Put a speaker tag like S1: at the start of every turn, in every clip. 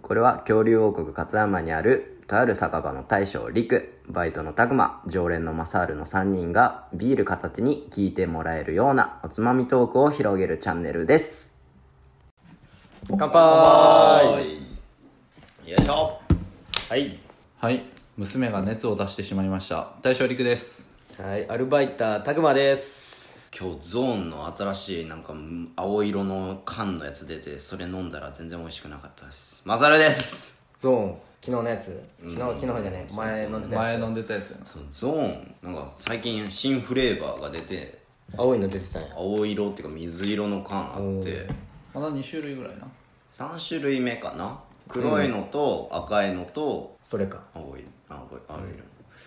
S1: これは恐竜王国勝山にあるとある酒場の大将陸バイトの拓磨常連の正ルの3人がビール片手に聞いてもらえるようなおつまみトークを広げるチャンネルです
S2: 乾杯
S3: よいしょ
S2: はい
S3: はい娘が熱を出してしまいました大将陸です
S2: はいアルバイターたくまです
S1: 今日ゾーンの新しいなんか青色の缶のやつ出てそれ飲んだら全然美味しくなかったですマサルです
S4: ゾーン昨日のやつ昨日昨日じゃねえ前飲んでたや
S3: 前飲んでたやつやな
S1: そのゾーンなんか最近新フレーバーが出て
S4: つ青いの出てたんや
S1: 青色っていうか水色の缶あって
S3: まだ2種類ぐらいな
S1: 3種類目かな黒いのと赤いのと
S4: それか
S1: 青い青い青い色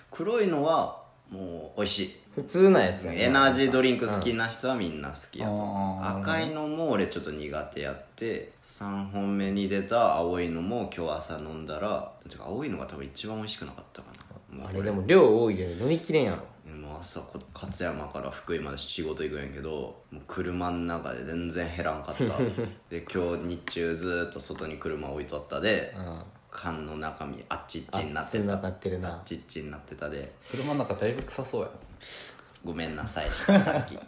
S1: 黒いのはもう美味しい
S4: 普通なやつやな
S1: エナジードリンク好きな人はみんな好きやと思う
S3: あー
S1: 赤いのも俺ちょっと苦手やって3本目に出た青いのも今日朝飲んだらてか青いのが多分一番美味しくなかったかなもう
S4: あ
S1: 俺
S4: れでも量多いで飲みきれんやろ
S1: もう朝こ勝山から福井まで仕事行くんやけどもう車の中で全然減らんかったで今日日中ずーっと外に車置いとったで
S4: うん
S1: 缶の中身あっちっち
S4: あ
S1: になって
S4: そん
S1: た
S4: ななってる
S1: あ
S4: な
S1: っちっちになってたで
S3: 車の中だいぶ臭そうやな
S1: ごめんなさいしたさっきは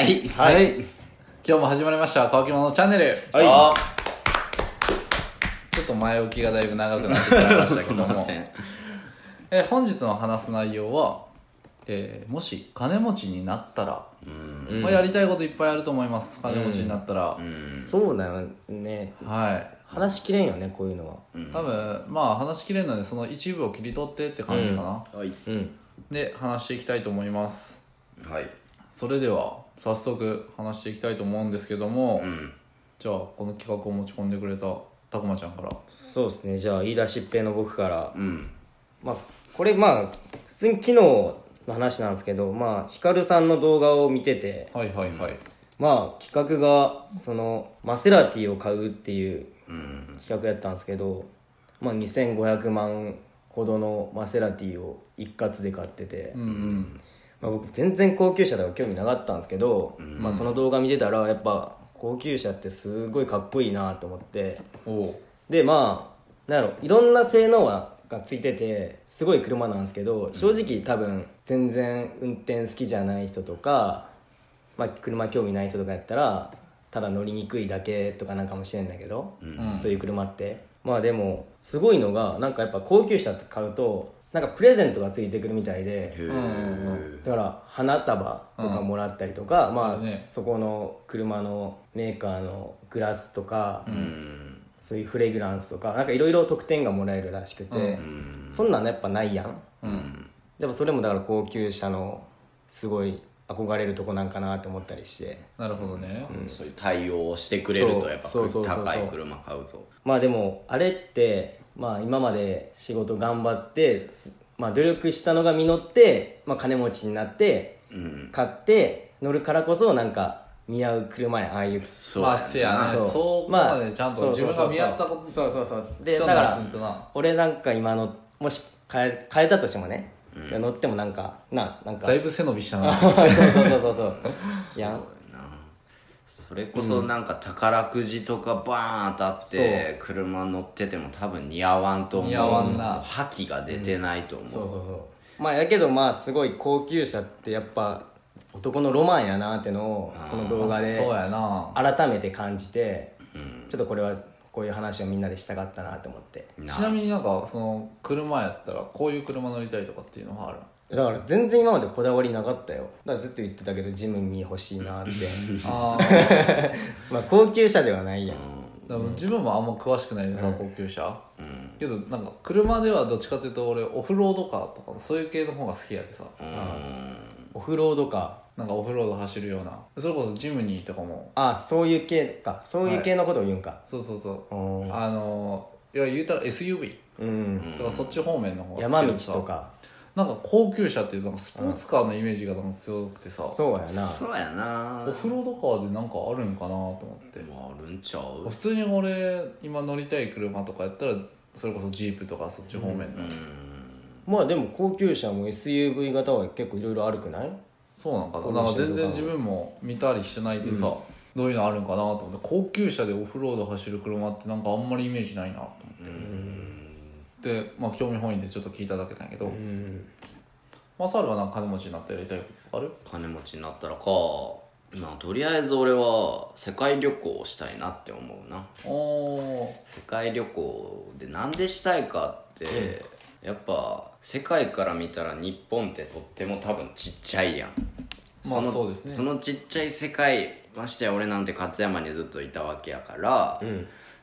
S1: い
S3: はい今日も始まりました「乾き物のチャンネル」
S2: はい
S1: あ
S3: ちょっと前置きがだいぶ長くなってしまいました け
S1: すい
S3: ど
S1: ま
S3: も
S1: せん
S3: えー本日の話す内容は、えーもし金持ちになったら、
S1: うん
S3: まあ、やりたいこといっぱいあると思います金持ちになったら、
S1: うん
S4: そうだよね
S3: はい
S4: 話しきれんよねこういうのは
S1: うん
S3: 多分まあ話しきれんのでその一部を切り取ってって感じかな、
S1: はい
S4: うん
S3: で話していきたいと思います
S1: はい
S3: それでは早速話していきたいと思うんですけども、
S1: うん
S3: じゃあこの企画を持ち込んでくれたたくまちゃんから
S4: そうですねじゃあ言い出しっぺの僕から
S1: うん
S4: まあこれまあ普通に昨日の話なんですけどまあヒカルさんの動画を見てて
S3: はいはいはい
S4: まあ企画がそのマセラティを買うっていう
S1: うん
S4: 企画やったんですけど、まあ、2500万ほどのマセラティを一括で買ってて、
S3: うんうん
S4: まあ、僕全然高級車とか興味なかったんですけど、まあ、その動画見てたらやっぱ高級車ってすごいかっこいいなと思って
S3: おう
S4: でまあなんやろいろんな性能がついててすごい車なんですけど正直多分全然運転好きじゃない人とか、まあ、車興味ない人とかやったらただ乗りにくいだけとかなんかもしれんだけど、
S3: うん
S4: そういう車ってまあでもすごいのがなんかやっぱ高級車って買うとなんかプレゼントがついてくるみたいで
S1: へ
S3: ん
S1: え
S4: だから花束とかもらったりとか、まあ、
S3: ね
S4: そこの車のメーカーのグラスとか、
S1: うん
S4: そういうフレグランスとかなんかいろいろ特典がもらえるらしくて、
S1: うん
S4: そんなのやっぱないやん
S3: うん
S4: でもそれもだから高級車のすごい憧れるとこなんかなと思ったりして
S3: なるほどね、
S1: そういう対応をしてくれるとやっぱ
S4: そうそうそうそう
S1: 高い車買うと
S4: まあでもあれって、まあ、今まで仕事頑張って、まあ、努力したのが実って、まあ、金持ちになって
S1: うん
S4: 買って乗るからこそなんか似合う車やああいう
S1: そう
S3: まあせやな
S4: そう
S3: そうまでちゃんと
S4: そう
S3: 自
S4: そうそ
S3: 分
S4: う
S3: が見合ったこと
S4: そうそうそうで
S3: 人
S4: だ
S3: に
S4: か
S3: なる
S4: ら
S3: んとな
S4: 俺なんか今のもし変え変えたとしてもね、乗ってもなんかななんか
S3: だいぶ背伸びしたな
S4: そうそうそうそうそういやん
S1: そうやなそれこそなんか宝くじとかバーン当たって車乗ってても多分似合わんと思う
S3: 似合わんな
S1: 覇気が出てないと思う,、
S4: そうそうそうまあやけどまあすごい高級車ってやっぱ男のロマンやなってのをその動画で
S3: そうやな
S4: 改めて感じて、ちょっとこれはこういう話をみんなでしたかったなと思って
S1: な
S3: ちなみになんかその車やったらこういう車乗りたいとかっていうのはある
S4: だから全然今までこだわりなかったよだからずっと言ってたけどジムに欲しいなって
S3: ああ
S4: まあ高級車ではないやん
S3: でも自分もあんま詳しくないねさ高級車けどなんか車ではどっちかっていうと俺オフロードカーとかそういう系の方が好きやでさ
S4: オフロードか
S3: なんかオフロード走るようなそれこそジムニーとかも
S4: あそういう系かそういう系のことを言うんか、
S3: そうそうそううんあのいや言うたら SUV
S4: うん、
S3: とかそっち方面の方が
S4: 山
S3: 好き
S4: 道
S3: でさ
S4: とか
S3: なんか高級車っていうかスポーツカーのイメージがなんか強くてさ
S4: そうやな
S1: そうやな
S3: オフロードカーでなんかあるんかなと思って
S1: もあるんちゃう
S3: 普通に俺今乗りたい車とかやったらそれこそジープとかそっち方面の、
S4: まあでも高級車も SUV 型は結構いろいろあるくない
S3: そうなんか
S4: こ
S3: なな
S4: の
S3: ん
S4: 人
S3: か全然自分も見たりしてないけどさ、どういうのあるんかなと思って高級車でオフロード走る車ってなんかあんまりイメージないなと思ってで、まあ、興味本位でちょっと聞いただけなんやけどマサールはなんか金持ちになってやりたいことある
S1: 金持ちになったらかまあとりあえず俺は世界旅行をしたいなって思うな
S3: おー
S1: 世界旅行でなんでしたいかって、やっぱ世界から見たら日本ってとっても多分ちっちゃいやん
S3: まあ
S1: の
S3: そうですね
S1: そのちっちゃい世界ましてや俺なんて勝山にずっといたわけやから、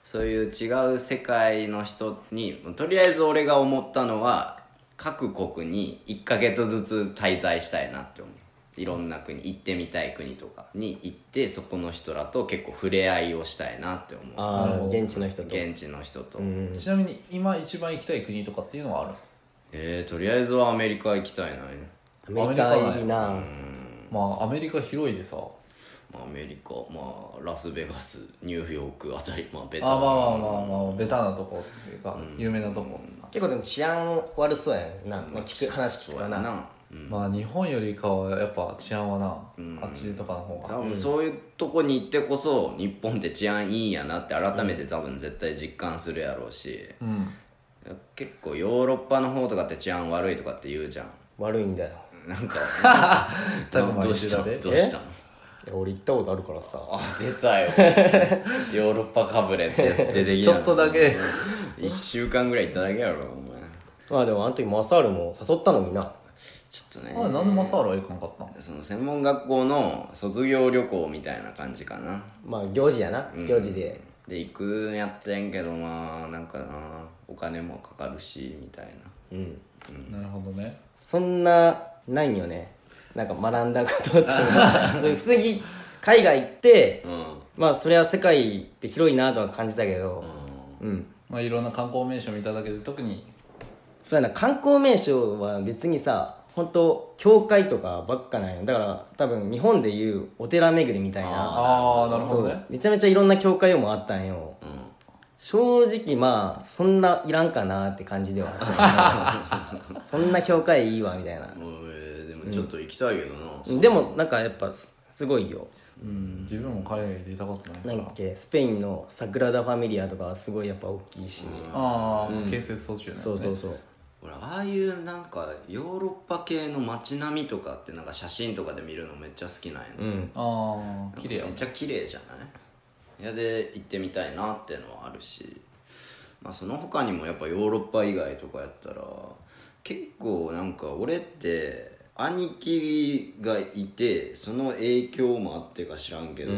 S1: そういう違う世界の人にとりあえず俺が思ったのは各国に1ヶ月ずつ滞在したいなって思ういろんな国行ってみたい国とかに行ってそこの人らと結構触れ合いをしたいなって思う
S3: なる
S4: ああ
S3: ほど
S4: 現地の人と
S1: 現地の人と、
S3: ちなみに今一番行きたい国とかっていうのはある
S1: えー、とりあえずはアメリカ行きたいな、ね
S4: アメリカ
S3: アメリカだ
S4: いいな
S3: まあアメリカ広いでさ
S1: まあ、アメリカまあラスベガスニューヨークあたりまあベ
S3: あ
S1: タ
S3: まあ
S1: な
S3: まあまあまあベタなとこっていうか有名なとこ、
S4: 結構でも治安悪そうやんな、まあ、聞く話聞
S1: そう
S4: くか
S1: や
S4: な
S1: な、うん、
S3: まあ日本よりかはやっぱ治安はな、あっちとかの方が
S1: 多分そういうとこに行ってこそ日本って治安いいんやなって改めて多分絶対実感するやろうし、
S3: うん
S1: 結構ヨーロッパの方とかって治安悪いとかって言うじゃん
S4: 悪いんだよ
S1: なんか
S3: 多分
S1: どうしたの
S3: で
S1: どうしたの
S4: いや俺行ったことあるからさ
S1: あ出たよヨーロッパかぶれって出てき
S3: ちょっとだけ
S1: 1週間ぐらい行っただけやろお前
S4: まあでもあの時マサールも誘ったのにな
S1: ちょっとね
S3: あれなんでマサールは行かなかったの
S1: その専門学校の卒業旅行みたいな感じかな
S4: まあ行事やな、行事で
S1: で行くんやってんけどまあなんかなお金もかかるしみたいな
S4: うん
S3: なるほどね
S4: そんなないんよねなんか学んだことっていうの はそう普通に海外行って
S1: うん
S4: まあそれは世界って広いなとは感じたけどうん、
S3: まあいろんな観光名所見ただけで特に
S4: そうやな観光名所は別にさ本当教会とかばっかなんよだから多分日本でいうお寺巡りみたいな
S3: ああなるほど
S4: そう
S3: ね
S4: めちゃめちゃいろんな教会もあったんよ、正直まあそんないらんかなって感じではあった そんな教会いいわみたいな
S1: もうえーでもちょっと行きたいけどな、
S4: でもなんかやっぱすすごいよ
S3: うん自分も海外でいたことないか
S4: なん
S3: ら
S4: だっけスペインのサグラダ・ファミリアとかはすごいやっぱ大きいし、
S3: ああ、建設途中のやつね
S4: そうそうそう
S1: 俺ああいうなんかヨーロッパ系の街並みとかってなんか写真とかで見るのめっちゃ好きなんやね、
S4: うん
S3: ああ綺麗や
S1: めっちゃ綺麗じゃないいやで行ってみたいなっていうのはあるし、まあ、その他にもやっぱヨーロッパ以外とかやったら結構なんか俺って兄貴がいてその影響もあってか知らんけど、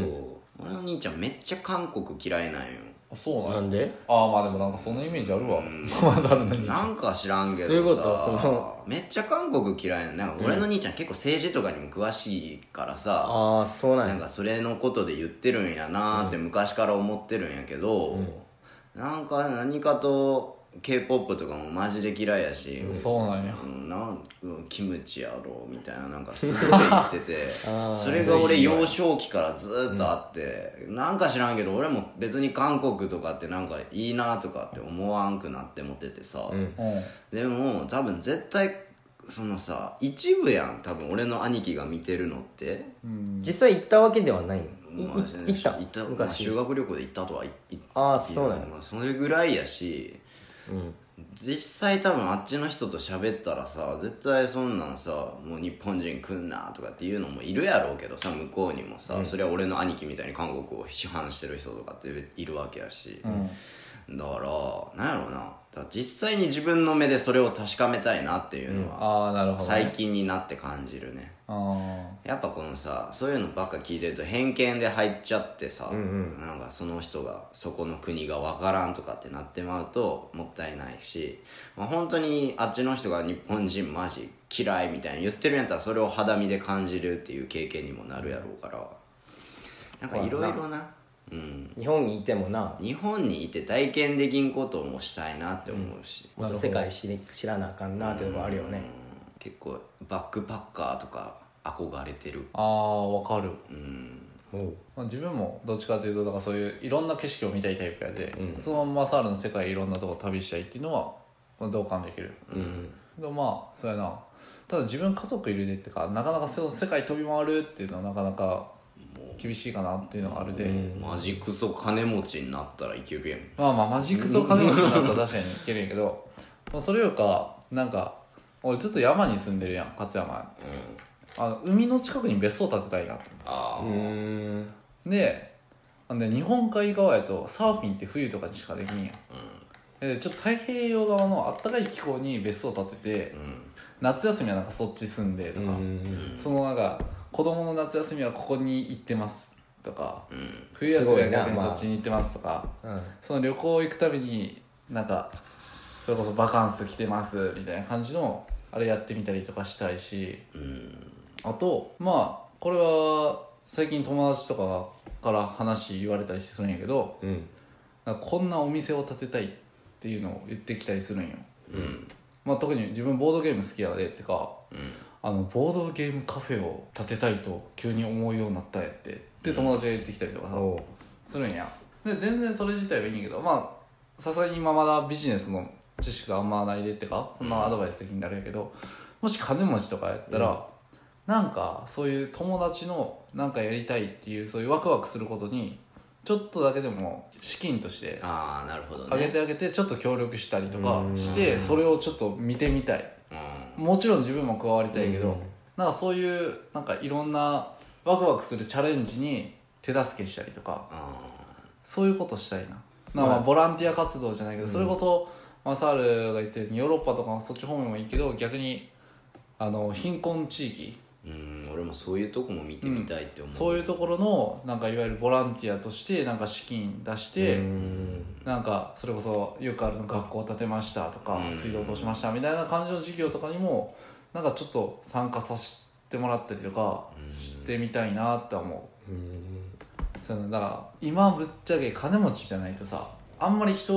S1: 俺の兄ちゃんめっちゃ韓国嫌いなんよ
S3: あそうなんや
S4: なんで
S3: ああまあでもなんかそんなイメージあるわ、 マサールのに
S1: なんか知らんけ
S4: どういうこ
S1: ど
S4: とそ
S1: さ
S4: の
S1: めっちゃ韓国嫌いなんなんか俺の兄ちゃん結構政治とかにも詳しいからさ、
S4: ああそうなん
S1: なん
S4: や
S1: かそれのことで言ってるんやなーって昔から思ってるんやけど、なんか何かと k p o p とかもマジで嫌いやし、
S3: そうなんや
S1: うんなんうんキムチやろみたいななんかすごい言っててそれが俺幼少期からずーっとあって、なんか知らんけど俺も別に韓国とかってなんかいいなとかって思わんくなってもててさ、
S3: うん
S1: でも多分絶対そのさ一部やん多分俺の兄貴が見てるのって。
S4: 実際行ったわけではないのいい
S1: まあね
S4: 行った
S1: 行ったまあ、
S4: 昔
S1: 修学旅行で行ったとは言って
S4: ああそうなんや
S1: まあ、それぐらいやし
S4: うん
S1: 実際多分あっちの人と喋ったらさ絶対そんなんさもう日本人来んなとかっていうのもいるやろうけどさ向こうにもさ、それは俺の兄貴みたいに韓国を批判してる人とかっているわけやし、だからなんやろうなだから実際に自分の目でそれを確かめたいなっていうのは、
S3: ああなるほど、ね、
S1: 最近になって感じるね、
S3: あ
S1: やっぱこのさそういうのばっか聞いてると偏見で入っちゃってさ、なんかその人がそこの国が分からんとかってなってまうともったいないし、まあ、本当にあっちの人が日本人マジ嫌いみたいに言ってるんやったらそれを肌身で感じるっていう経験にもなるやろうからなんかいろいろな、うん、
S4: 日本にいてもな
S1: 日本にいて体験できんこともしたいなって思うし、
S4: もっと世界知り知らなあかんなってとこあるよね
S1: 結構バックパッカーとか憧れてる
S3: あああわかる、
S1: うん
S4: うん
S3: まあ、自分もどっちかというとだからそういういろんな景色を見たいタイプやで、そのマサールの世界いろんなとこ旅したいっていうのは、まあ、同感できる、でもまあそうやなただ自分家族いるでってかなかなかその世界飛び回るっていうのはなかなか厳しいかなっていうのがあるで、
S1: マジクソ金持ちになったらいけるやん
S3: まあまあマジックソ金持ちになったら確かにいけるんやけど、まあ、それよりかなんか俺ずっと山に住んでるやん勝山、あの海の近くに別荘建てたいなと
S1: あ
S4: うーん
S3: であのね日本海側やとサーフィンって冬とかにしかできんやん、でちょっと太平洋側のあったかい気候に別荘建てて、
S1: あうん
S3: 夏休みはなんかそっち住んでとか、そのなんか子供の夏休みはここに行ってますとか
S1: うん
S3: 冬休み
S4: すごいな
S3: は逆に
S4: まあ
S3: こっちに行ってますとか、
S4: うん
S3: その旅行行くたびになんかそれこそバカンス来てますみたいな感じのあれやってみたりとかしたいし
S1: うん
S3: あとまあこれは最近友達とかから話言われたりするんやけど
S4: うん
S3: なんかこんなお店を建てたいっていうのを言ってきたりするんよ、
S1: うん
S3: まあ、特に自分ボードゲーム好きやでってか
S1: うん
S3: あのボードゲームカフェを建てたいと急に思うようになったんやってで友達が言ってきたりとかさ、
S4: おう
S3: するんやで全然それ自体はいいんやけどまあさすがに今まだビジネスの知識があんまないでってかそんなアドバイス的になるやけど、もし金持ちとかやったら、なんかそういう友達のなんかやりたいっていうそういうワクワクすることにちょっとだけでも資金として
S1: ああなるほど
S3: あげ
S1: ね
S3: てあげてちょっと協力したりとかしてそれをちょっと見てみたい
S1: うん
S3: もちろん自分も加わりたいけど、なんかそういうなんかいろんなワクワクするチャレンジに手助けしたりとか
S1: あ
S3: そういうことしたいな。なんかまあボランティア活動じゃないけど、それこそ、マサールが言ったように、ヨーロッパとかそっち方面もいいけど、逆に、あの、貧困地域、
S1: ーうん俺もそういうとこも見てみたいって思う
S3: そういうところの、なんかいわゆるボランティアとして、なんか資金出して、なんか、それこそ、よくあるの学校建てましたとか
S1: う、ん
S3: 水道通しましたみたいな感じの事業とかにも、なんかちょっと参加させてもらったりとか、してみたいなって思う。そのだから今ぶっちゃけ金持ちじゃないとさあんまり人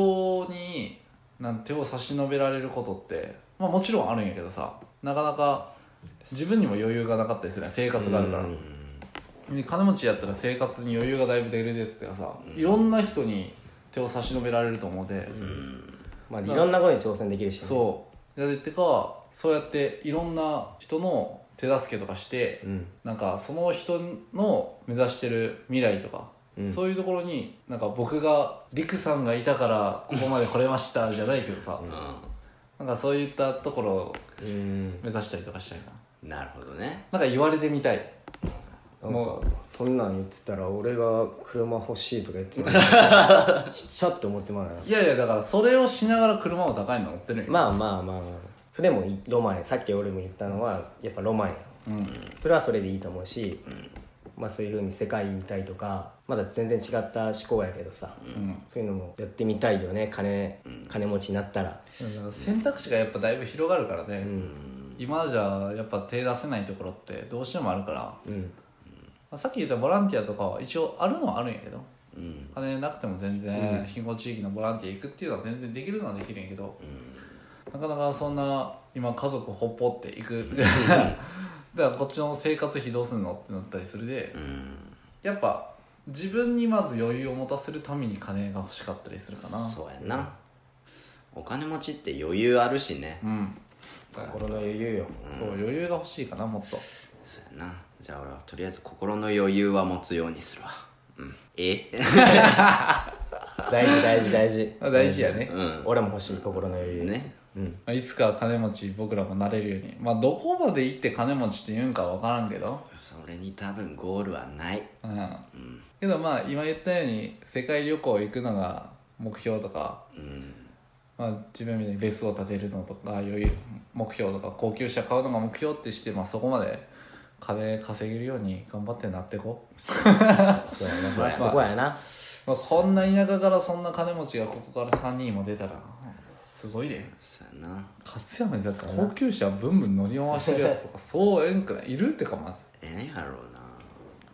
S3: になん手を差し伸べられることって、まあ、もちろんあるんやけどさなかなか自分にも余裕がなかったりするやん生活があるから、で金持ちやったら生活に余裕がだいぶ出るでってかさ、いろんな人に手を差し伸べられると思うで、
S4: まあいろんなことに挑戦できるしね
S3: そうやでってかそうやっていろんな人の手助けとかして、
S4: ん
S3: なんかその人の目指してる未来とか、そういうところになんか僕が陸さんがいたからここまで来れましたじゃないけどさ、
S1: う
S3: なんかそういったところを
S4: うん
S3: 目指したりとかしたいなん
S1: なるほどね
S3: なんか言われてみたい
S4: なん
S3: も
S4: かそんなん言ってたら俺が車欲しいとか言ってたら ちっちゃって思ってまうない
S3: やいやだからそれをしながら車も高いの乗ってるんよ、
S4: まあまあまあそれもいロマンやさっき俺も言ったのはやっぱロマンや
S3: うん、
S4: それはそれでいいと思うし、まあそういうふうに世界見たいとかまだ全然違った思考やけどさ、
S3: うん
S4: そういうのもやってみたいよね金金持ちになったら
S3: だから選択肢がやっぱだいぶ広がるからね、今じゃやっぱ手出せないところってどうしてもあるから、
S4: うん
S3: まあさっき言ったボランティアとかは一応あるのはあるんやけど
S1: うん
S3: 金なくても全然貧困地域のボランティア行くっていうのは全然できるのはできるんやけど、なかなかそんな今家族ほっぽって行くだからこっちの生活費どうすんのってなったりするで
S1: うん
S3: やっぱ自分にまず余裕を持たせるために金が欲しかったりするかな
S1: そうやなお金持ちって余裕あるしね
S3: うん
S4: 心の余裕よ
S3: そう余裕が欲しいかなもっと
S1: そうやなじゃあ俺はとりあえず心の余裕は持つようにするわうんえ
S4: 大事大事大事
S3: あ大事やね、
S1: うん
S4: 俺も欲しい心の余裕
S1: ね
S3: まあいつか金持ち僕らもなれるようにまあどこまで行って金持ちって言うんかわからんけど
S1: それに多分ゴールはない
S3: うんけどまあ今言ったように世界旅行行くのが目標とか、
S1: うん
S3: まあ、自分みたいに別荘建てるのとか余裕目標とか高級車買うのが目標ってして、まあ、そこまで金稼げるように頑張ってなってこ
S4: そうやなそこ
S3: う、
S4: やな
S3: まあ、こんな田舎からそんな金持ちがここから3人も出たらすごいで
S1: そうやな
S3: 勝山にだって高級車ブンブン乗り回してるやつとかそうええんくないいるってかまず
S1: ええやろうな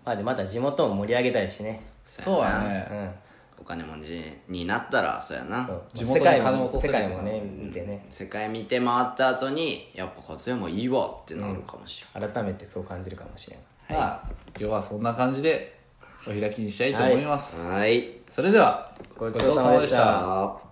S4: まあでまた地元も盛り上げたいしね
S3: そうや
S4: う
S3: ね
S4: ん
S1: お金持ちになったらそうやな
S4: そう
S3: 地元に
S4: 世界
S3: 金落
S4: も
S3: とせ
S4: 世
S3: るよ
S4: 界
S3: な
S4: もね見てね
S1: 世界見て回った後にやっぱ勝山いいわってなるかもしれ
S4: 改めてそう感じるかもしれない
S3: まあ今日はそんな感じでお開きにしたいと思います、
S1: ない、はい
S3: それでは
S4: ごちそうさまでした
S1: さあ